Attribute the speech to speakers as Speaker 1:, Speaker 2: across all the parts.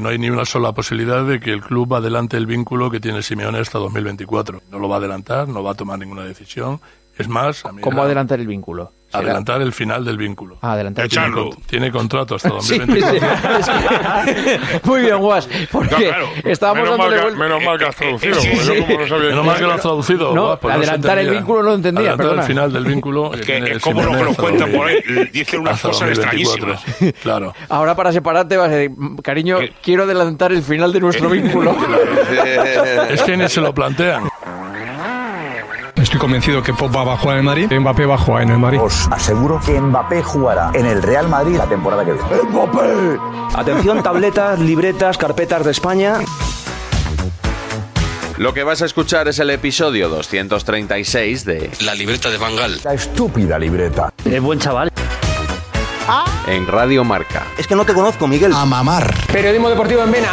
Speaker 1: No hay ni una sola posibilidad de que el club adelante el vínculo que tiene Simeone hasta 2024. No lo va a adelantar, no va a tomar ninguna decisión. Es más, a mí
Speaker 2: ¿Cómo
Speaker 1: era
Speaker 2: adelantar el vínculo? ¿Será-
Speaker 1: adelantar el final del vínculo.
Speaker 2: Ah, adelantar el
Speaker 1: Echarlo.
Speaker 2: vínculo.
Speaker 1: Tiene contrato hasta
Speaker 2: Sí,
Speaker 1: 2024.
Speaker 2: sí, es que- Muy bien, Guas. Porque
Speaker 3: No, claro.
Speaker 2: estábamos
Speaker 3: menos, mal
Speaker 2: dándole
Speaker 3: que,
Speaker 2: vuelta-
Speaker 3: menos mal que has traducido,
Speaker 2: Sí,
Speaker 3: porque
Speaker 2: sí.
Speaker 3: yo como no sabía
Speaker 1: Menos mal que lo has traducido.
Speaker 2: No,
Speaker 1: guapo, se
Speaker 2: adelantar el
Speaker 1: entendía.
Speaker 2: vínculo no lo entendía,
Speaker 1: Adelantar
Speaker 2: perdona.
Speaker 1: el final del vínculo. que
Speaker 3: que
Speaker 1: tiene
Speaker 3: es como lo que
Speaker 1: Simeone
Speaker 3: nos
Speaker 1: hasta
Speaker 3: cuentan por ahí.
Speaker 1: 2024.
Speaker 3: Dicen unas
Speaker 1: Hasta
Speaker 3: cosas
Speaker 1: 2024.
Speaker 3: extrañísimas.
Speaker 1: Claro.
Speaker 2: Ahora para separarte vas a decir, "Mm, cariño,
Speaker 3: Eh.
Speaker 2: quiero adelantar el final de nuestro vínculo.
Speaker 1: Es que ni se lo plantean.
Speaker 4: Estoy convencido que Pop va a jugar en el Madrid, Mbappé va a jugar en el Madrid.
Speaker 5: Os aseguro que Mbappé jugará en el Real Madrid la temporada que viene. ¡Mbappé! Atención, tabletas, libretas, carpetas de España.
Speaker 6: Lo que vas a escuchar es el episodio 236 de
Speaker 4: La libreta de Bangal.
Speaker 5: La estúpida libreta.
Speaker 7: Es buen chaval.
Speaker 6: En Radio Marca.
Speaker 5: Es que no te conozco, Miguel.
Speaker 2: Periodismo deportivo en Vena.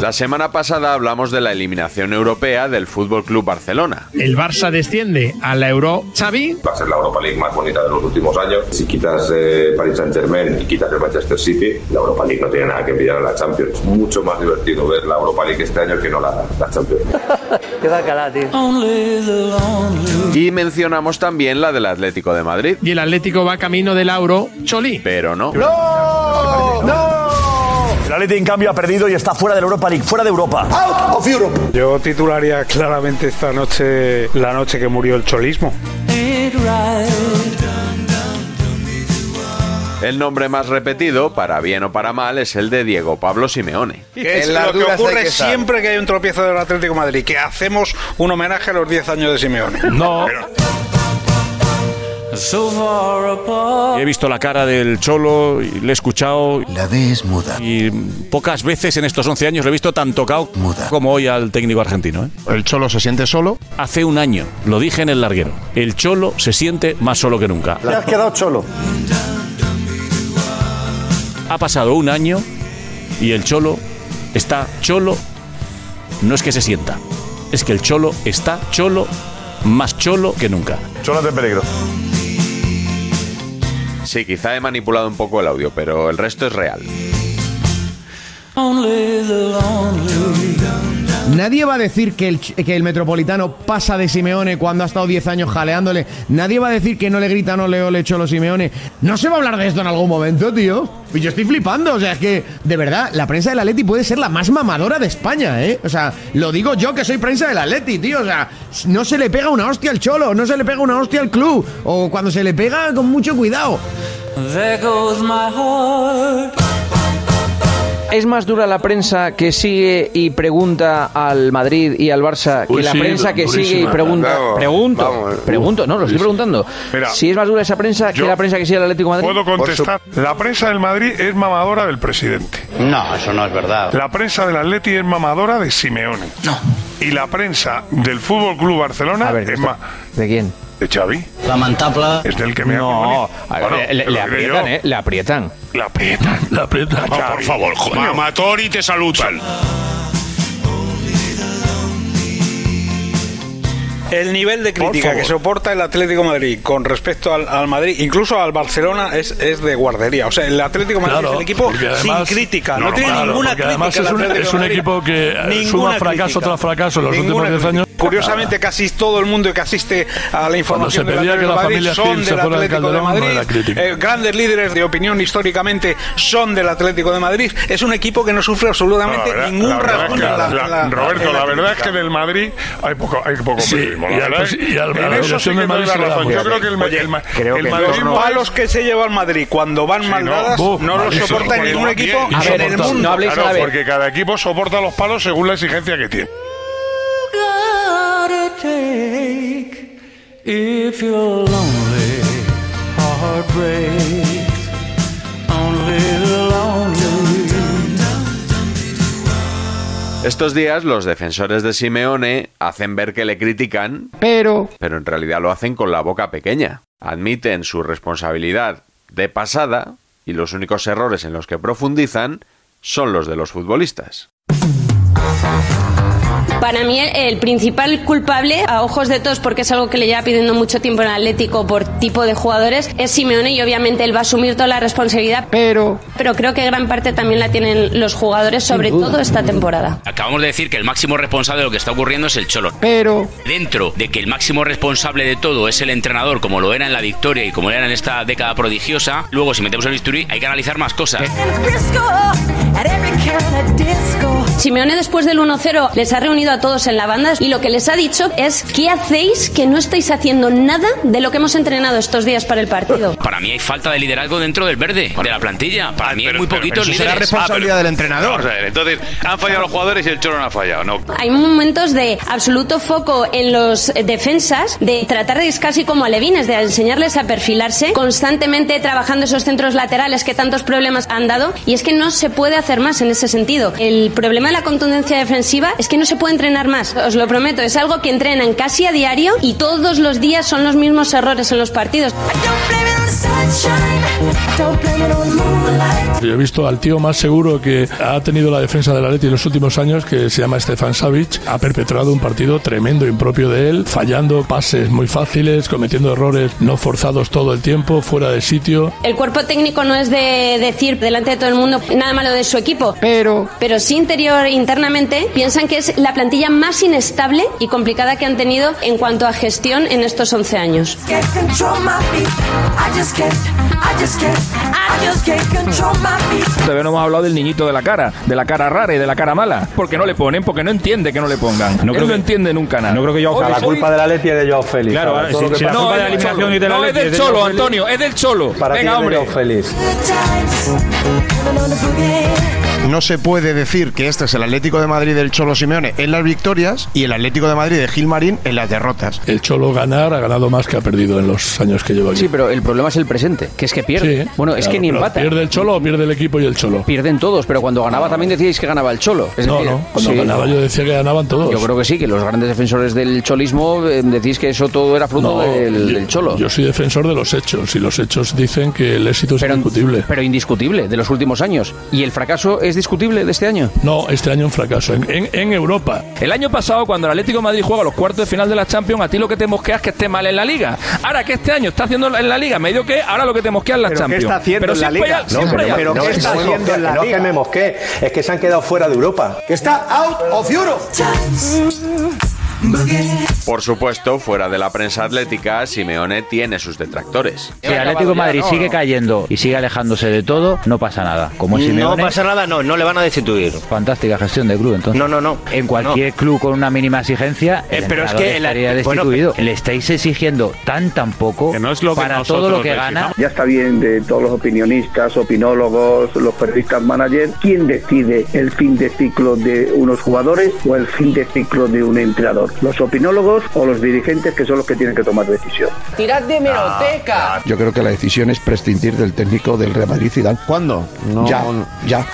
Speaker 6: La semana pasada hablamos de la eliminación europea del Fútbol Club Barcelona.
Speaker 4: El Barça desciende a la Euro. Xavi
Speaker 5: Va a ser la Europa League más bonita de los últimos años. Si quitas eh, Paris Saint Germain y quitas el Manchester City, la Europa League no tiene nada que envidiar a la Champions. Mucho más divertido ver la Europa League este año que no la, la Champions.
Speaker 7: Qué bacalá, tío.
Speaker 6: Y mencionamos también la del Atlético de Madrid.
Speaker 4: y el Atlético va camino del Euro. Choli.
Speaker 6: Pero no.
Speaker 5: El Atleti, en cambio, ha perdido y está fuera de la Europa League, fuera de Europa. ¡Out of Europe!
Speaker 4: Yo titularía claramente esta noche la noche que murió el cholismo.
Speaker 6: El nombre más repetido, para bien o para mal, es el de Diego Pablo Simeone.
Speaker 4: Que es lo que ocurre siempre que hay un tropiezo del Atlético de Madrid, que hacemos un homenaje a los 10 años de Simeone.
Speaker 1: No.
Speaker 3: He visto la cara del Cholo y le he escuchado. La D es muda. Y pocas veces en estos 11 años le he visto tan tocado como hoy al técnico argentino. ¿eh?
Speaker 4: El cholo se siente solo.
Speaker 3: Hace un año, lo dije en el larguero, el Cholo se siente más solo que nunca.
Speaker 5: Te has quedado cholo.
Speaker 3: Ha pasado un año y el Cholo está Cholo. No es que se sienta, es que el Cholo está Cholo más Cholo que nunca.
Speaker 5: Cholo de peligro.
Speaker 6: Sí, quizá he manipulado un poco el audio, pero el resto es real.
Speaker 4: Nadie va a decir que el, ch- que el Metropolitano pasa de Simeone cuando ha estado 10 años jaleándole. Nadie va a decir que no le gritan ole ole cholo Simeone. No se va a hablar de esto en algún momento, tío. Y yo estoy flipando, o sea, es que de verdad, la prensa del Atleti puede ser la más mamadora de España, ¿eh? O sea, lo digo yo que soy prensa del Atleti, tío, o sea, no se le pega una hostia al cholo, no se le pega una hostia al club, o cuando se le pega con mucho cuidado.
Speaker 2: ¿Es más dura la prensa que sigue y pregunta al Madrid y al Barça que
Speaker 1: Uy,
Speaker 2: la
Speaker 1: sí,
Speaker 2: prensa que
Speaker 1: durísima.
Speaker 2: sigue y pregunta?
Speaker 4: Vamos,
Speaker 2: pregunto,
Speaker 4: vamos. eh,
Speaker 2: pregunto, no, lo estoy preguntando.
Speaker 4: Mira,
Speaker 2: si es más dura esa prensa que
Speaker 4: yo
Speaker 2: la prensa que sigue al Atlético de Madrid.
Speaker 4: contestar. La prensa del Madrid es mamadora del presidente.
Speaker 7: No, eso no es verdad.
Speaker 4: La prensa del Atleti es mamadora de Simeone. No. Y la prensa del Fútbol Club Barcelona
Speaker 2: A ver,
Speaker 4: es
Speaker 2: esto-
Speaker 4: más
Speaker 2: ¿De quién?
Speaker 4: de Xavi.
Speaker 7: La mantapla.
Speaker 4: Es del que me
Speaker 2: No,
Speaker 4: ha
Speaker 2: a ver, le, le aprietan, ¿eh? Le aprietan.
Speaker 4: La aprietan.
Speaker 1: La aprieta.
Speaker 4: por favor, joder.
Speaker 3: Amatori te saludan.
Speaker 4: El nivel de crítica
Speaker 5: favor.
Speaker 4: que soporta el Atlético de Madrid con respecto al, al Madrid, incluso al Barcelona, es, es de guardería. O sea, el Atlético de Madrid
Speaker 1: Claro,
Speaker 4: es el equipo
Speaker 1: porque además-
Speaker 4: sin crítica. No, tiene
Speaker 1: Claro,
Speaker 4: ninguna
Speaker 1: porque
Speaker 4: crítica.
Speaker 1: Además,
Speaker 4: el
Speaker 1: es un,
Speaker 4: Atlético
Speaker 1: es
Speaker 4: de
Speaker 1: un
Speaker 4: Madrid.
Speaker 1: equipo que eh,
Speaker 4: Ninguna
Speaker 1: suma fracaso
Speaker 4: crítica.
Speaker 1: tras fracaso en los
Speaker 4: Ninguna
Speaker 1: últimos 10
Speaker 4: crítica.
Speaker 1: años.
Speaker 4: Curiosamente, casi todo el mundo que asiste a la información
Speaker 1: se
Speaker 4: del
Speaker 1: pedía que
Speaker 4: Atlético
Speaker 1: la
Speaker 4: de Madrid
Speaker 1: familia
Speaker 4: son
Speaker 1: Gil se
Speaker 4: del
Speaker 1: fuera del
Speaker 4: Atlético de
Speaker 1: Calderón, no
Speaker 4: Madrid.
Speaker 1: era crítica.
Speaker 4: Eh, grandes líderes de opinión históricamente son del Atlético de Madrid. Es un equipo que no sufre absolutamente
Speaker 7: La verdad-
Speaker 4: ningún
Speaker 7: la verdad
Speaker 4: rasguño
Speaker 7: es que
Speaker 4: en
Speaker 7: la-
Speaker 4: en en
Speaker 7: Roberto,
Speaker 4: en
Speaker 7: la verdad es
Speaker 4: crítica.
Speaker 7: que del Madrid hay poco, hay poco
Speaker 1: Sí,
Speaker 7: periodismo. La
Speaker 1: y al-
Speaker 7: verdad es-
Speaker 1: y al- a la
Speaker 7: en eso
Speaker 1: dirección
Speaker 7: sí que
Speaker 1: del
Speaker 7: te doy
Speaker 1: Madrid
Speaker 7: la
Speaker 1: se le da
Speaker 7: razón.
Speaker 1: muy
Speaker 7: Yo
Speaker 1: bien.
Speaker 7: creo que el, ma- el, ma- el
Speaker 4: los
Speaker 7: madridismo
Speaker 4: palos que se lleva el Madrid cuando van mal dadas no, los soporta ningún equipo en el mundo.
Speaker 7: Claro, porque cada equipo soporta los palos según la exigencia que tiene.
Speaker 2: gotta take if you're lonely. Heartbreaks only the lonely.
Speaker 6: Estos días los defensores de Simeone hacen ver que le critican,
Speaker 8: Pero.
Speaker 6: pero en realidad lo hacen con la boca pequeña. Admiten su responsabilidad de pasada y los únicos errores en los que profundizan son los de los futbolistas.
Speaker 9: Para mí el, el principal culpable, a ojos de todos, porque es algo que le lleva pidiendo mucho tiempo en Atlético por tipo de jugadores, es Simeone y obviamente él va a asumir toda la responsabilidad. Pero... Pero creo que gran parte también la tienen los jugadores, sobre todo esta temporada.
Speaker 10: Acabamos de decir que el máximo responsable de lo que está ocurriendo es el Cholo.
Speaker 8: Pero.
Speaker 10: Dentro de que el máximo responsable de todo es el entrenador, como lo era en la victoria y como lo era en esta década prodigiosa, luego si metemos el bisturí hay que analizar más cosas.
Speaker 9: Simeone después del 1-0 les ha reunido a todos en la banda y lo que les ha dicho es ¿qué hacéis que no estáis haciendo nada de lo que hemos entrenado estos días para el partido?
Speaker 10: Para mí hay falta de liderazgo dentro del verde, de la plantilla. Para mí hay muy poquitos
Speaker 11: Eso
Speaker 10: líderes. Ah,
Speaker 11: será responsabilidad del entrenador. entonces, han fallado los jugadores y el Cholo no ha fallado, ¿no?
Speaker 9: Hay momentos de absoluto foco en los eh, defensas, de tratar de es casi como alevines, de enseñarles a perfilarse, constantemente trabajando esos centros laterales que tantos problemas han dado, y es que no se puede hacer más en ese sentido. El problema de la contundencia defensiva es que no se puede entrenar más, os lo prometo, es algo que entrenan casi a diario y todos los días son los mismos errores en los partidos.
Speaker 1: Yo he visto al tío más seguro que ha tenido la defensa del Atleti en los últimos años, que se llama Stefan Savic, ha perpetrado un partido tremendo, impropio de él, fallando pases muy fáciles, cometiendo errores no forzados todo el tiempo, fuera de sitio.
Speaker 9: El cuerpo técnico no es de decir delante de todo el mundo nada malo de su equipo, pero pero sí interior e internamente piensan que es la plantilla más inestable y complicada que han tenido en cuanto a gestión en estos 11 años.
Speaker 12: Todavía no hemos hablado del niñito de la cara, de la cara rara y de la cara mala. Porque no le ponen, porque no entiende que no le pongan.
Speaker 13: creo
Speaker 12: No creo
Speaker 13: que-
Speaker 12: no entiende nunca nada. No creo que
Speaker 13: yo- la culpa
Speaker 12: de
Speaker 13: la Leti es de Joao Félix.
Speaker 12: Claro,
Speaker 13: ahora,
Speaker 12: ahora,
Speaker 13: todo
Speaker 12: si-
Speaker 13: lo que
Speaker 12: si
Speaker 13: pasa-
Speaker 12: no, es del Cholo. No, es del Cholo, Antonio, es del Cholo.
Speaker 13: Para ti
Speaker 12: Venga,
Speaker 13: es de
Speaker 12: hombre.
Speaker 13: Joao Félix.
Speaker 11: No se puede decir que este es el Atlético de Madrid del Cholo Simeone en las victorias y el Atlético de Madrid de Gil Marín en las derrotas.
Speaker 1: El Cholo ganar ha ganado más que ha perdido en los años que lleva aquí.
Speaker 3: Sí, pero el problema es el presente, que es que pierde.
Speaker 1: Sí,
Speaker 3: bueno, es
Speaker 1: claro,
Speaker 3: que ni
Speaker 1: pero
Speaker 3: empata.
Speaker 1: ¿Pierde el Cholo o pierde el equipo y el Cholo?
Speaker 3: Pierden todos, pero cuando ganaba también decíais que ganaba el Cholo. Es
Speaker 1: No,
Speaker 3: decir,
Speaker 1: no, cuando
Speaker 3: sí.
Speaker 1: ganaba yo decía que ganaban todos.
Speaker 3: Yo creo que sí, que los grandes defensores del cholismo eh, decís que eso todo era fruto del, del Cholo.
Speaker 1: Yo soy defensor de los hechos y los hechos dicen que el éxito es indiscutible.
Speaker 3: Pero indiscutible, de los últimos años. ¿Y el fracaso es discutible de este año?
Speaker 1: No, este año un fracaso. En, en- en Europa.
Speaker 12: El año pasado, cuando el Atlético de Madrid juega los cuartos de final de la Champions, a ti lo que te mosquea es que esté mal en la Liga. Ahora que este año está haciendo en la Liga medio que, ahora lo que te mosquea es la
Speaker 13: ¿Pero
Speaker 12: Champions.
Speaker 13: qué está haciendo
Speaker 12: pero
Speaker 13: en la
Speaker 12: siempre
Speaker 13: liga?
Speaker 12: hay- siempre hay algo.
Speaker 13: pero ¿qué está haciendo en la liga? No que me mosqué, es que se han quedado fuera de Europa. Que está out of Europe.
Speaker 6: Por supuesto, fuera de la prensa atlética, Simeone tiene sus detractores.
Speaker 14: Si el Atlético de Madrid sigue cayendo y sigue alejándose de todo, no pasa nada. Como
Speaker 8: No
Speaker 14: Simeone,
Speaker 8: pasa nada, no, no le van a destituir.
Speaker 14: fantástica gestión de club, entonces.
Speaker 8: No, no, no.
Speaker 14: En cualquier club con una mínima exigencia, el
Speaker 8: Eh, pero es
Speaker 14: entrenador
Speaker 8: que el-
Speaker 14: estaría
Speaker 8: bueno,
Speaker 14: destituido. Le estáis exigiendo tan tan poco para todo lo que gana.
Speaker 15: Ya está bien de todos los opinionistas, opinólogos, los periodistas managers. ¿Quién decide el fin de ciclo de unos jugadores o el fin de ciclo de un entrenador? ¿Los opinólogos o los dirigentes que son los que tienen que tomar decisión?
Speaker 3: ¡Tirad de meroteca!
Speaker 16: Yo creo que la decisión es prescindir del técnico del Real Madrid Zidane. ¿Cuándo? ya, ya.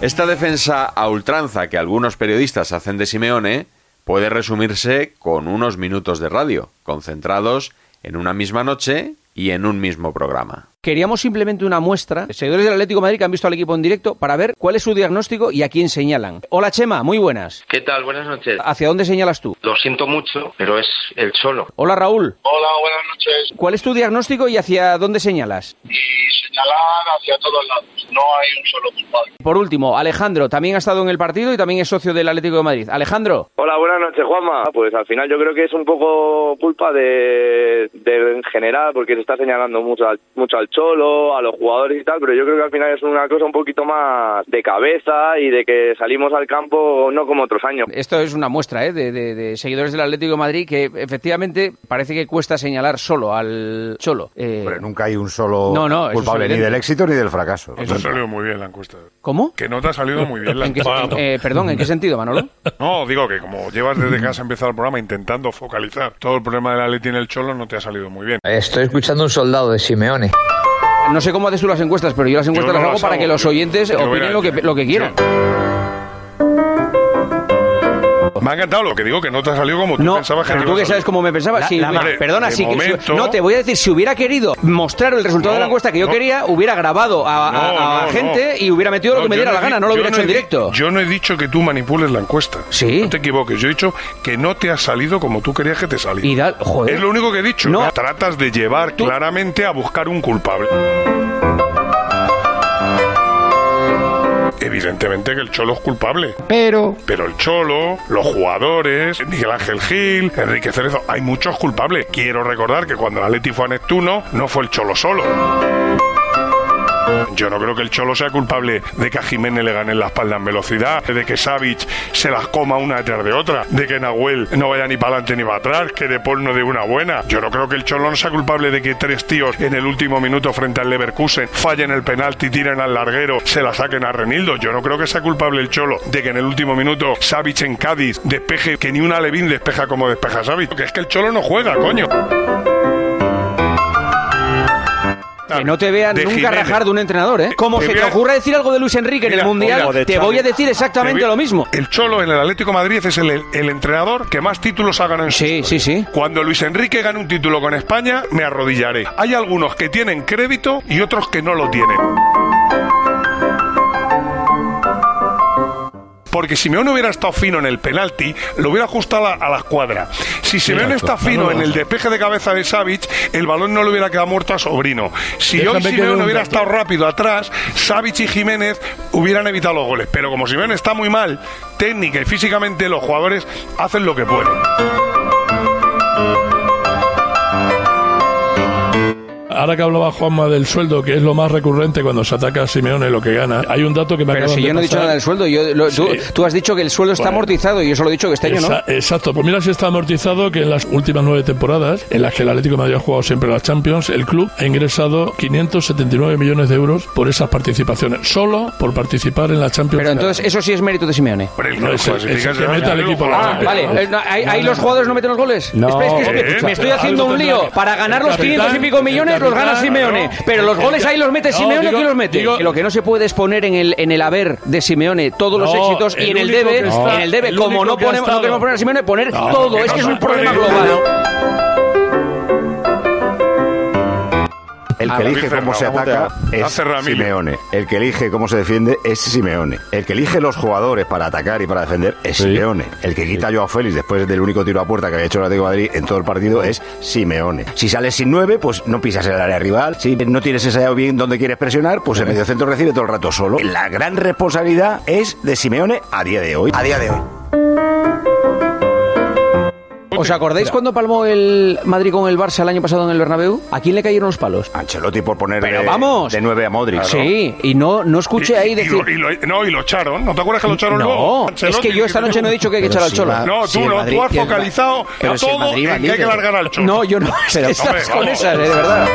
Speaker 6: Esta defensa a ultranza que algunos periodistas hacen de Simeone puede resumirse con unos minutos de radio, concentrados en una misma noche y en un mismo programa.
Speaker 3: Queríamos simplemente una muestra. Seguidores del Atlético de Madrid que han visto al equipo en directo para ver cuál es su diagnóstico y a quién señalan. Hola Chema, muy buenas.
Speaker 17: ¿Qué tal? Buenas noches.
Speaker 3: ¿Hacia dónde señalas tú?
Speaker 17: Lo siento mucho, pero es el Cholo.
Speaker 3: Hola Raúl,
Speaker 17: Hola, buenas noches.
Speaker 3: ¿cuál es tu diagnóstico y hacia dónde señalas?
Speaker 17: Señalar hacia todos lados. No hay un solo culpable.
Speaker 3: Por último, Alejandro también ha estado en el partido y también es socio del Atlético de Madrid. Alejandro,
Speaker 18: Hola, buenas noches, Juanma. Pues al final yo creo que es un poco culpa de, de- en general, porque se está señalando mucho al, mucho al cholo, a los jugadores y tal, pero yo creo que al final es una cosa un poquito más de cabeza y de que salimos al campo no como otros años.
Speaker 3: esto es una muestra ¿eh? de, de- de seguidores del Atlético de Madrid que efectivamente parece que cuesta señalar solo al Cholo. Eh,
Speaker 5: Nunca hay un solo
Speaker 3: No, no, eso
Speaker 5: culpable
Speaker 3: es
Speaker 5: ni
Speaker 3: evidente.
Speaker 5: del éxito ni del fracaso.
Speaker 7: No te ha salido muy bien la encuesta.
Speaker 3: ¿Cómo?
Speaker 7: Que no te ha salido muy bien la
Speaker 3: ¿En qué
Speaker 7: encuesta.
Speaker 3: sentido? Eh, perdón, ¿en qué sentido, Manolo?
Speaker 7: No, digo que como llevas desde que has empezado el programa intentando focalizar todo el problema de la Leti en el Cholo, no te ha salido muy bien.
Speaker 14: Estoy escuchando un soldado de Simeone.
Speaker 3: No sé cómo haces tú las encuestas, pero yo las encuestas
Speaker 14: Yo no
Speaker 3: las hago
Speaker 14: las
Speaker 3: para
Speaker 14: hago,
Speaker 3: que los
Speaker 14: yo-
Speaker 3: oyentes
Speaker 14: yo
Speaker 3: opinen
Speaker 14: verás,
Speaker 3: lo que, lo que quieran.
Speaker 7: Me ha encantado lo que digo, que no te ha salido como tú pensabas que
Speaker 3: Pero
Speaker 7: te
Speaker 3: tú
Speaker 7: iba a
Speaker 3: que sabes
Speaker 7: salir.
Speaker 3: cómo me pensaba,
Speaker 7: La-
Speaker 3: sí,
Speaker 7: la-
Speaker 3: mira,
Speaker 7: hombre,
Speaker 3: perdona,
Speaker 7: de
Speaker 3: sí, que-
Speaker 7: momento-
Speaker 3: no, te voy a decir, si hubiera querido mostrar el resultado de la
Speaker 7: No,
Speaker 3: encuesta que yo
Speaker 7: no.
Speaker 3: quería, hubiera grabado a, a-
Speaker 7: No,
Speaker 3: a
Speaker 7: no,
Speaker 3: gente
Speaker 7: no.
Speaker 3: y hubiera metido lo
Speaker 7: No,
Speaker 3: que me
Speaker 7: yo
Speaker 3: diera
Speaker 7: no
Speaker 3: la
Speaker 7: he
Speaker 3: gana,
Speaker 7: di-
Speaker 3: no lo
Speaker 7: yo
Speaker 3: hubiera hecho
Speaker 7: he
Speaker 3: en
Speaker 7: di-
Speaker 3: directo.
Speaker 7: Yo no he dicho que tú manipules la encuesta. Sí. No te equivoques, yo he dicho que no te ha salido como tú querías que te saliera.
Speaker 3: joder.
Speaker 7: Es lo único que he dicho. Tratas de llevar claramente a buscar un culpable. Evidentemente que el Cholo es culpable.
Speaker 19: Pero
Speaker 7: Pero el Cholo, los jugadores, Miguel Ángel Gil, Enrique Cerezo, hay muchos culpables. Quiero recordar que cuando la Leti fue a Neptuno, no fue el Cholo solo. Yo no creo que el Cholo sea culpable de que a Jiménez le ganen la espalda en velocidad, de que Savic se las coma una detrás de otra, de que Nahuel no vaya ni para adelante ni para atrás, que De Paul no dé una buena. Yo no creo que el Cholo no sea culpable de que tres tíos en el último minuto frente al Leverkusen fallen el penalti, tiren al larguero, se la saquen a Renildo. Yo no creo que sea culpable el Cholo de que en el último minuto Savic en Cádiz despeje, que ni una Levín despeja como despeja Savic. Que es que el Cholo no juega, coño.
Speaker 3: Que no te vean
Speaker 7: De
Speaker 3: nunca
Speaker 7: Jiménez.
Speaker 3: rajar de un entrenador, ¿eh? Como
Speaker 7: Te
Speaker 3: se te
Speaker 7: voy a-
Speaker 3: ocurra decir algo de Luis Enrique en
Speaker 7: Mira,
Speaker 3: el Mundial,
Speaker 7: o de
Speaker 3: te
Speaker 7: Xavi.
Speaker 3: voy a decir
Speaker 7: Te
Speaker 3: exactamente
Speaker 7: voy-
Speaker 3: lo mismo.
Speaker 7: El Cholo en el Atlético de Madrid es el, el entrenador que más títulos ha ganado en su Sí, sí, sí. Cuando Luis Enrique gane un título con España, me arrodillaré. Hay algunos que tienen crédito y otros que no lo tienen. Porque Simeone hubiera estado fino en el penalti, lo hubiera ajustado a, a la escuadra. Si Simeone
Speaker 5: Exacto.
Speaker 7: está
Speaker 5: No,
Speaker 7: fino
Speaker 5: no,
Speaker 7: en el
Speaker 5: no.
Speaker 7: despeje de cabeza de Savic, el balón no le hubiera quedado muerto a Sobrino. Si
Speaker 5: Déjame
Speaker 7: hoy
Speaker 5: que dé
Speaker 7: Simeone
Speaker 5: un
Speaker 7: hubiera
Speaker 5: dato.
Speaker 7: estado rápido atrás, Savic y Jiménez hubieran evitado los goles. Pero como Simeone está muy mal, técnica y físicamente, los jugadores hacen lo que pueden.
Speaker 1: Ahora que hablaba Juanma del sueldo, que es lo más recurrente cuando se ataca a Simeone lo que gana, hay un dato que me
Speaker 3: Pero
Speaker 1: acaban
Speaker 3: si
Speaker 1: de
Speaker 3: yo no he dicho
Speaker 1: pasar.
Speaker 3: nada del sueldo, yo, lo- tú,
Speaker 1: Sí.
Speaker 3: tú has dicho que el sueldo está
Speaker 1: Bueno.
Speaker 3: amortizado y yo solo he dicho que este año no.
Speaker 1: Esa- Exacto, pues mira si está amortizado que en las últimas nueve temporadas, en las que el Atlético de Madrid ha jugado siempre las Champions, el club ha ingresado 579 millones de euros por esas participaciones, solo por participar en la Champions.
Speaker 3: Pero entonces eso sí es mérito de Simeone.
Speaker 1: No, es el- es el que mete al equipo a la
Speaker 3: Ah,
Speaker 1: Champions.
Speaker 3: vale. Eh, no, ¿Ahí
Speaker 1: No,
Speaker 3: ahí
Speaker 1: no,
Speaker 3: los
Speaker 1: no.
Speaker 3: jugadores no meten los goles?
Speaker 1: No.
Speaker 3: Espera, es que
Speaker 1: Eh,
Speaker 3: espe- me estoy
Speaker 1: escucha,
Speaker 3: haciendo
Speaker 1: algo
Speaker 3: un
Speaker 1: tendrá
Speaker 3: lío.
Speaker 1: que-
Speaker 3: Para ganar
Speaker 1: el
Speaker 3: los
Speaker 1: capitán-
Speaker 3: 500 y pico
Speaker 1: el
Speaker 3: millones los gana
Speaker 1: capitán-
Speaker 3: Simeone.
Speaker 1: Claro.
Speaker 3: Pero los
Speaker 1: El
Speaker 3: goles
Speaker 1: ca-
Speaker 3: ahí los mete
Speaker 1: No,
Speaker 3: Simeone,
Speaker 1: digo-
Speaker 3: ¿quién los mete?
Speaker 1: digo-
Speaker 3: Y lo que no se puede es poner en el, en el haber de Simeone todos los
Speaker 1: No,
Speaker 3: éxitos y
Speaker 1: el
Speaker 3: en el
Speaker 1: único
Speaker 3: debe,
Speaker 1: que está-
Speaker 3: en el debe,
Speaker 1: el
Speaker 3: como
Speaker 1: único
Speaker 3: no,
Speaker 1: que ha
Speaker 3: ponemos, no
Speaker 1: estado-
Speaker 3: queremos poner a Simeone, poner
Speaker 1: No,
Speaker 3: todo.
Speaker 1: que
Speaker 3: Es
Speaker 1: no
Speaker 3: que es
Speaker 1: se
Speaker 3: un problema
Speaker 1: puede.
Speaker 3: global.
Speaker 5: El
Speaker 7: Ah,
Speaker 3: Ah,
Speaker 5: que elige
Speaker 7: Raúl
Speaker 5: cómo se
Speaker 7: Cerda,
Speaker 5: ataca
Speaker 7: Raúl Cerda.
Speaker 5: es
Speaker 7: Hace Ramírez.
Speaker 5: Simeone. El que elige cómo se defiende es Simeone. El que elige los jugadores para atacar y para defender es Simeone. El que quita a Joao Félix después del único tiro a puerta que había hecho el Atlético de Madrid en todo el partido es Simeone. Si sales sin nueve, pues no pisas el área rival. Si no tienes ensayado bien dónde quieres presionar, pues el mediocentro recibe todo el rato solo. La gran responsabilidad es de Simeone a día de hoy. A día de hoy.
Speaker 3: ¿Os acordáis cuando palmó el Madrid con el Barça el año pasado en el Bernabéu? ¿A quién le cayeron los palos?
Speaker 5: Ancelotti por poner
Speaker 3: Pero
Speaker 5: de,
Speaker 3: vamos.
Speaker 5: Eh, de nueve a Modric.
Speaker 3: Sí, y no, no escuché ahí
Speaker 7: Y
Speaker 3: decir...
Speaker 7: lo- y lo- no, y lo echaron. ¿No te acuerdas que lo echaron
Speaker 3: No,
Speaker 7: luego?
Speaker 3: es que yo esta noche no he dicho que hay que echar al Cholo.
Speaker 7: No, tú no. tú has focalizado a todo en que hay que largar al Cholo.
Speaker 3: No, yo no.
Speaker 7: Hombre,
Speaker 3: Estás con
Speaker 7: vamos.
Speaker 3: esas, eh, de verdad.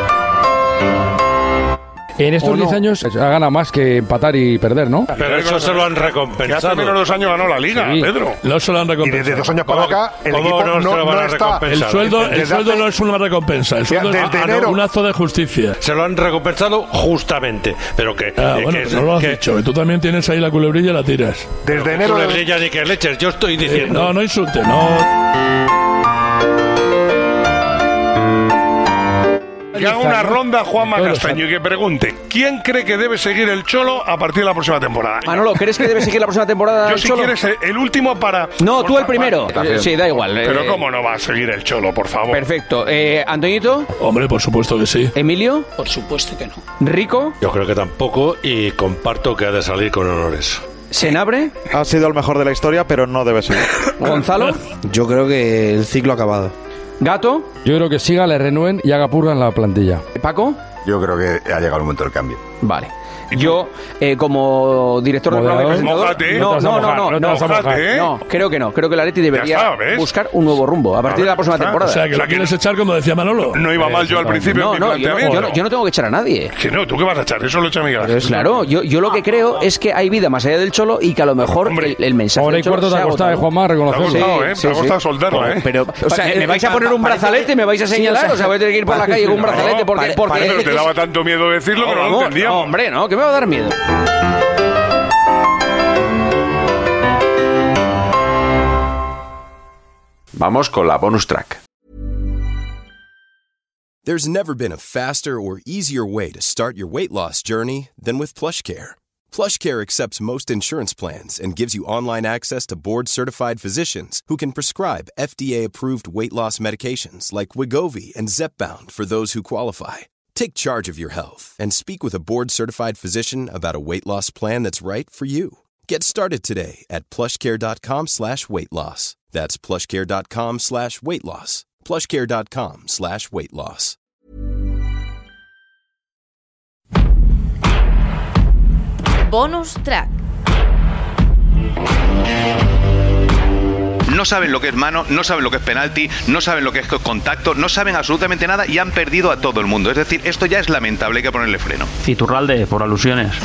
Speaker 20: En estos 10 años ha ganado más que empatar y perder, ¿no?
Speaker 7: Pero eso se lo han recompensado. Que hace menos de dos años ganó la Liga,
Speaker 20: Sí.
Speaker 7: Pedro.
Speaker 1: No se lo han recompensado.
Speaker 7: Y desde dos años para
Speaker 1: ¿Cómo-
Speaker 7: acá, el
Speaker 1: cómo
Speaker 7: equipo no-
Speaker 1: se lo van
Speaker 7: no
Speaker 1: a
Speaker 7: está-
Speaker 1: recompensar? El sueldo, el
Speaker 7: Desde
Speaker 1: sueldo
Speaker 7: hace-
Speaker 1: no es una recompensa. El sueldo
Speaker 7: Desde
Speaker 1: es ah, no,
Speaker 7: enero-
Speaker 1: un acto de justicia.
Speaker 21: Se lo han recompensado justamente, pero que...
Speaker 1: Ah,
Speaker 21: eh,
Speaker 1: bueno,
Speaker 21: que-
Speaker 1: pero no lo has
Speaker 21: que-
Speaker 1: dicho. Tú también tienes ahí la culebrilla y la tiras.
Speaker 21: que tú le brillas ni que leches, yo estoy
Speaker 1: Eh,
Speaker 21: diciendo...
Speaker 1: no, no insulte, no.
Speaker 7: que haga una ronda Juanma Castaño y que pregunte ¿Quién cree que debe seguir el Cholo a partir de la próxima temporada?
Speaker 3: Manolo, ¿crees que debe seguir la próxima temporada
Speaker 7: Yo
Speaker 3: el
Speaker 7: si
Speaker 3: Ah, Cholo?
Speaker 7: quieres eh, el último para...
Speaker 3: No,
Speaker 7: por
Speaker 3: tú el
Speaker 7: favor.
Speaker 3: primero. Eh, Sí, da igual. eh,
Speaker 7: Pero cómo no va a seguir el Cholo, por favor.
Speaker 3: Perfecto. Eh, ¿Antoñito?
Speaker 1: Hombre, por supuesto que sí.
Speaker 3: ¿Emilio?
Speaker 14: Por supuesto que no.
Speaker 3: ¿Rico?
Speaker 21: Yo creo que tampoco y comparto que ha de salir con honores.
Speaker 3: ¿Senabre?
Speaker 22: Ha sido el mejor de la historia, pero no debe ser.
Speaker 3: ¿Gonzalo?
Speaker 20: Yo creo que el ciclo ha acabado.
Speaker 3: ¿Gato?
Speaker 20: Yo creo que siga, le renuen y haga purga en la plantilla.
Speaker 3: ¿Paco?
Speaker 5: Yo creo que ha llegado el momento del cambio.
Speaker 3: Vale. Yo, eh, como director del programa y
Speaker 5: Moderador.
Speaker 3: presentador-
Speaker 5: Mójate.
Speaker 3: no,
Speaker 5: No te
Speaker 3: no,
Speaker 5: vas a
Speaker 3: no,
Speaker 5: mojar,
Speaker 3: no,
Speaker 5: no te vas a
Speaker 3: no,
Speaker 5: mojar, ¿eh?
Speaker 3: no, creo que no. Creo que la Leti debería
Speaker 7: Ya está, ¿ves?
Speaker 3: buscar un nuevo rumbo a partir de la
Speaker 1: Ah,
Speaker 3: próxima
Speaker 7: está.
Speaker 3: temporada.
Speaker 7: O sea, que la O sea, que quieres no-
Speaker 1: echar como decía Manolo.
Speaker 7: No iba mal yo al principio
Speaker 3: No,
Speaker 7: en mi
Speaker 3: no, yo no,
Speaker 7: planteamiento.
Speaker 3: yo no- yo no tengo que echar a nadie.
Speaker 7: Que no, ¿tú qué vas a echar? Eso lo echa Miguel Ángel.
Speaker 3: Claro, yo, yo lo que creo es que hay vida más allá del cholo y que a lo mejor el, el mensaje.
Speaker 20: Ahora
Speaker 3: del
Speaker 20: y
Speaker 3: Cholo
Speaker 20: cuarto te
Speaker 3: se
Speaker 20: ha costado,
Speaker 3: agotado.
Speaker 20: eh, Juanma, reconocerlo.
Speaker 3: Sí, sí, sí.
Speaker 20: Pero,
Speaker 3: O sea,
Speaker 7: Eh,
Speaker 3: eh, ¿me vais a poner un brazalete y me vais a señalar? O sea, voy a tener que ir por la calle con un brazalete porque... porque
Speaker 7: Pero te daba tanto miedo decirlo que no lo
Speaker 3: Vamos,
Speaker 7: entendíamos.
Speaker 3: Hombre, no, que me va a dar miedo.
Speaker 6: Vamos con la bonus track.
Speaker 23: There's never been a faster or easier way to start your weight loss journey than with PlushCare. PlushCare accepts most insurance plans and gives you online access to board-certified physicians who can prescribe FDA-approved weight loss medications like Wigovi and Zepbound for those who qualify. Take charge of your health and speak with a board-certified physician about a weight loss plan that's right for you. Get started today at plushcare.com slash weight loss. That's plushcare.com slash weight loss. plushcare.com slash weight loss.
Speaker 24: Bonus track.
Speaker 8: No saben lo que es mano, no saben lo que es penalti, no saben lo que es contacto, no saben absolutamente nada y han perdido a todo el mundo. Es decir, esto ya es lamentable, hay que ponerle freno.
Speaker 14: Citurralde, por alusiones.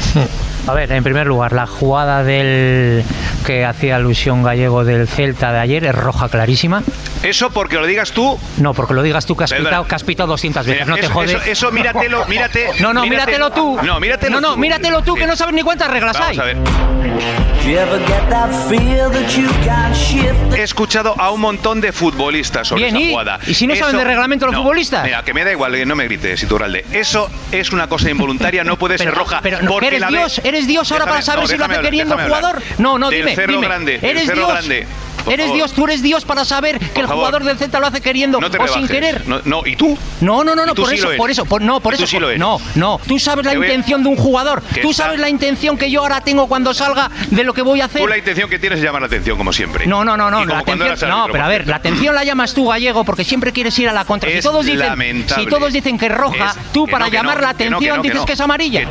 Speaker 25: A ver, en primer lugar, la jugada del que hacía alusión gallego del Celta de ayer es roja clarísima.
Speaker 8: Eso porque lo digas tú.
Speaker 25: No, porque lo digas tú que has,
Speaker 8: Perdona.
Speaker 25: pitado, que has pitado 200 veces, no te
Speaker 8: eso,
Speaker 25: jodes.
Speaker 8: Eso, eso míratelo, mírate.
Speaker 25: No, no,
Speaker 8: mírate-
Speaker 25: míratelo tú.
Speaker 8: No, míratelo
Speaker 25: No, no,
Speaker 8: tú.
Speaker 25: míratelo tú, que no sabes ni cuántas reglas
Speaker 8: Vamos
Speaker 25: hay.
Speaker 8: a ver. He escuchado a un montón de futbolistas sobre
Speaker 25: Bien,
Speaker 8: esa
Speaker 25: ¿y?
Speaker 8: jugada.
Speaker 25: ¿Y si no saben de reglamento los futbolistas?
Speaker 8: Mira, que me da igual, que no me grites, Iturralde. Eso es una cosa involuntaria, no puede ser
Speaker 25: Pero-
Speaker 8: roja.
Speaker 25: pero no,
Speaker 8: porque
Speaker 25: eres
Speaker 8: la
Speaker 25: Dios, eres Dios ahora para saber si lo hace
Speaker 8: déjame
Speaker 25: queriendo
Speaker 8: déjame hablar.
Speaker 25: jugador. No, no,
Speaker 8: Del
Speaker 25: dime,
Speaker 8: Cerro
Speaker 25: dime.
Speaker 8: Grande, del
Speaker 25: Eres
Speaker 8: Cerro
Speaker 25: Dios.
Speaker 8: grande. Por
Speaker 25: Eres
Speaker 8: favor.
Speaker 25: Dios, tú eres Dios para saber que el
Speaker 8: favor.
Speaker 25: jugador del Celta lo hace queriendo
Speaker 8: No te
Speaker 25: o
Speaker 8: rebajes.
Speaker 25: sin querer.
Speaker 8: No, no, ¿y tú?
Speaker 25: No, no, no,
Speaker 8: Y
Speaker 25: no,
Speaker 8: tú
Speaker 25: por
Speaker 8: sí
Speaker 25: eso,
Speaker 8: lo
Speaker 25: por
Speaker 8: eres.
Speaker 25: eso, por- no, por
Speaker 8: Y tú
Speaker 25: eso.
Speaker 8: sí lo eres.
Speaker 25: No, no, tú sabes la
Speaker 8: Te voy a-
Speaker 25: intención de un jugador,
Speaker 8: Que
Speaker 25: tú
Speaker 8: está-
Speaker 25: sabes la intención que yo ahora tengo cuando salga de lo que voy a hacer.
Speaker 8: Tú la intención que tienes es llamar la atención, como siempre.
Speaker 25: No, no, no,
Speaker 8: Y
Speaker 25: no.
Speaker 8: como
Speaker 25: La
Speaker 8: cuando
Speaker 25: atención,
Speaker 8: eras árbitro,
Speaker 25: no, pero a
Speaker 8: por
Speaker 25: ver, la atención la llamas tú, gallego, porque siempre quieres ir a la contra. Si
Speaker 8: Es
Speaker 25: todos dicen,
Speaker 8: lamentable.
Speaker 25: si todos dicen que es roja,
Speaker 8: Es-
Speaker 25: tú
Speaker 8: que
Speaker 25: para
Speaker 8: no, que
Speaker 25: llamar
Speaker 8: no,
Speaker 25: la
Speaker 8: que no, que
Speaker 25: atención
Speaker 8: no, que
Speaker 25: dices
Speaker 8: no.
Speaker 25: que es amarilla.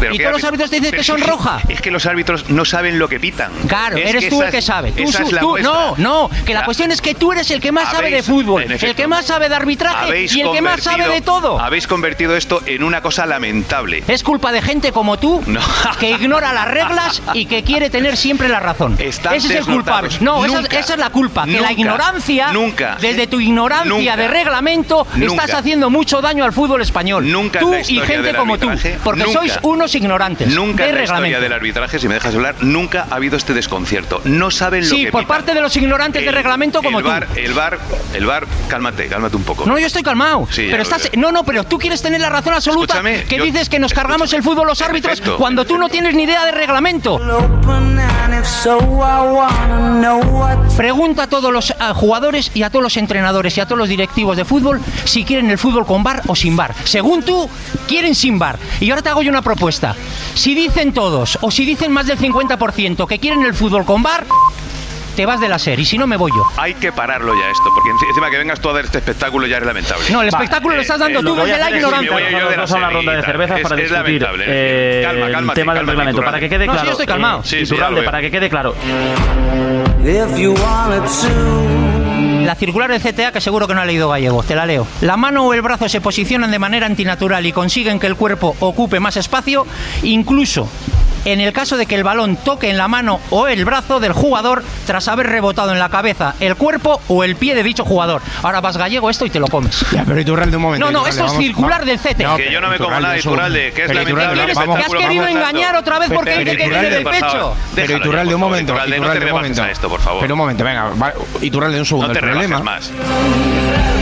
Speaker 8: Pero
Speaker 25: Y
Speaker 8: que
Speaker 25: todos los
Speaker 8: árbitro-
Speaker 25: árbitros te dicen
Speaker 8: pero
Speaker 25: que son
Speaker 8: es
Speaker 25: roja.
Speaker 8: Es que los árbitros no saben lo que pitan.
Speaker 25: Claro,
Speaker 8: Es
Speaker 25: eres tú
Speaker 8: esa
Speaker 25: el que
Speaker 8: es-
Speaker 25: sabe. Tú,
Speaker 8: esa
Speaker 25: su-
Speaker 8: es la
Speaker 25: tú-
Speaker 8: muestra.
Speaker 25: no, no, que la,
Speaker 8: La-
Speaker 25: cuestión es que tú eres el que más sabe de
Speaker 8: Habéis-
Speaker 25: fútbol,
Speaker 8: en
Speaker 25: el
Speaker 8: efecto.
Speaker 25: que más sabe de arbitraje
Speaker 8: Habéis
Speaker 25: y el que más sabe
Speaker 8: convertido-
Speaker 25: de todo.
Speaker 8: Habéis convertido esto en una cosa lamentable.
Speaker 25: Es culpa de gente como tú
Speaker 8: No.
Speaker 25: que ignora las reglas y que quiere tener siempre la razón. Ese es el culpable.
Speaker 8: desnotados.
Speaker 25: No, esa,
Speaker 8: Nunca,
Speaker 25: esa es la culpa. Que
Speaker 8: nunca,
Speaker 25: la ignorancia,
Speaker 8: nunca,
Speaker 25: desde tu ignorancia
Speaker 8: nunca,
Speaker 25: de reglamento,
Speaker 8: nunca.
Speaker 25: estás haciendo mucho daño al fútbol español.
Speaker 8: Nunca en
Speaker 25: tú
Speaker 8: la
Speaker 25: y
Speaker 8: historia
Speaker 25: gente
Speaker 8: del
Speaker 25: como tú.
Speaker 8: arbitraje,
Speaker 25: Porque
Speaker 8: nunca,
Speaker 25: sois unos ignorantes.
Speaker 8: Nunca
Speaker 25: de
Speaker 8: en la
Speaker 25: reglamento.
Speaker 8: historia del arbitraje, si me dejas hablar, nunca ha habido este desconcierto. No saben lo
Speaker 25: Sí,
Speaker 8: que
Speaker 25: por
Speaker 8: pitan.
Speaker 25: parte de los ignorantes de
Speaker 8: El-
Speaker 25: reglamento como
Speaker 8: el bar,
Speaker 25: tú.
Speaker 8: El bar, el bar, cálmate, cálmate un poco.
Speaker 25: No, yo estoy calmado.
Speaker 8: Sí, ya
Speaker 25: pero
Speaker 8: lo
Speaker 25: estás.
Speaker 8: veo.
Speaker 25: No, no, pero tú quieres tener la razón absoluta.
Speaker 8: Escúchame,
Speaker 25: que
Speaker 8: yo-
Speaker 25: dices que nos cargamos el fútbol los árbitros
Speaker 8: perfecto,
Speaker 25: cuando tú no tienes ni idea de reglamento. Pregunta a todos los ah, jugadores y a todos los entrenadores y a todos los directivos de fútbol si quieren el fútbol con bar o sin bar. Según tú, quieren sin bar. Y ahora te hago yo una propuesta. Si dicen todos o si dicen más del 50% que quieren el fútbol con bar, te vas de la serie. Y si no, me voy yo.
Speaker 8: Hay que pararlo ya esto, porque enci- encima que vengas tú a dar este espectáculo ya es lamentable.
Speaker 25: No, el espectáculo lo estás dando tú
Speaker 8: eh, lo que voy
Speaker 25: desde
Speaker 8: a
Speaker 25: la
Speaker 8: hacer es
Speaker 25: ignorancia.
Speaker 8: que me voy yo de la
Speaker 26: Vamos a una ronda de
Speaker 8: serie y
Speaker 26: cervezas
Speaker 8: tal.
Speaker 26: para
Speaker 8: Es- es
Speaker 26: discutir
Speaker 8: lamentable,
Speaker 26: eh,
Speaker 8: calma,
Speaker 26: el
Speaker 8: cálmate,
Speaker 26: tema del
Speaker 8: cálmate,
Speaker 26: reglamento. Para
Speaker 8: Iturralde.
Speaker 26: que quede
Speaker 25: No, sí,
Speaker 26: claro.
Speaker 25: yo estoy calmado.
Speaker 26: eh,
Speaker 25: Sí, sí, ya
Speaker 26: Iturralde,
Speaker 25: lo veo.
Speaker 26: para que quede claro.
Speaker 25: La circular del CTA, que seguro que no ha leído gallego, te la leo. La mano o el brazo se posicionan de manera antinatural y consiguen que el cuerpo ocupe más espacio, incluso en el caso de que el balón toque en la mano o el brazo del jugador tras haber rebotado en la cabeza, el cuerpo o el pie de dicho jugador. Ahora vas gallego esto y te lo comes.
Speaker 11: Ya, pero Iturralde, un momento.
Speaker 25: No, no,
Speaker 11: Iturralde,
Speaker 25: esto es
Speaker 11: vamos-
Speaker 25: circular del cete.
Speaker 8: Que yo no me como nada,
Speaker 11: un segundo.
Speaker 8: Iturralde, que es
Speaker 11: Pero
Speaker 8: lamentable
Speaker 11: Iturralde,
Speaker 8: el
Speaker 11: vamos-
Speaker 25: Que has querido engañar otra vez porque dice que viene del pecho.
Speaker 11: Pero
Speaker 8: Déjalo
Speaker 11: Iturralde,
Speaker 8: ya,
Speaker 11: un
Speaker 8: por favor,
Speaker 11: momento.
Speaker 8: Iturralde, no
Speaker 11: Iturralde,
Speaker 8: te
Speaker 11: un
Speaker 8: rebajes
Speaker 11: momento.
Speaker 8: a esto, por favor.
Speaker 11: Pero un momento, venga. va- Iturralde, un segundo.
Speaker 8: No te
Speaker 11: el
Speaker 8: rebajes
Speaker 11: problema.
Speaker 8: más.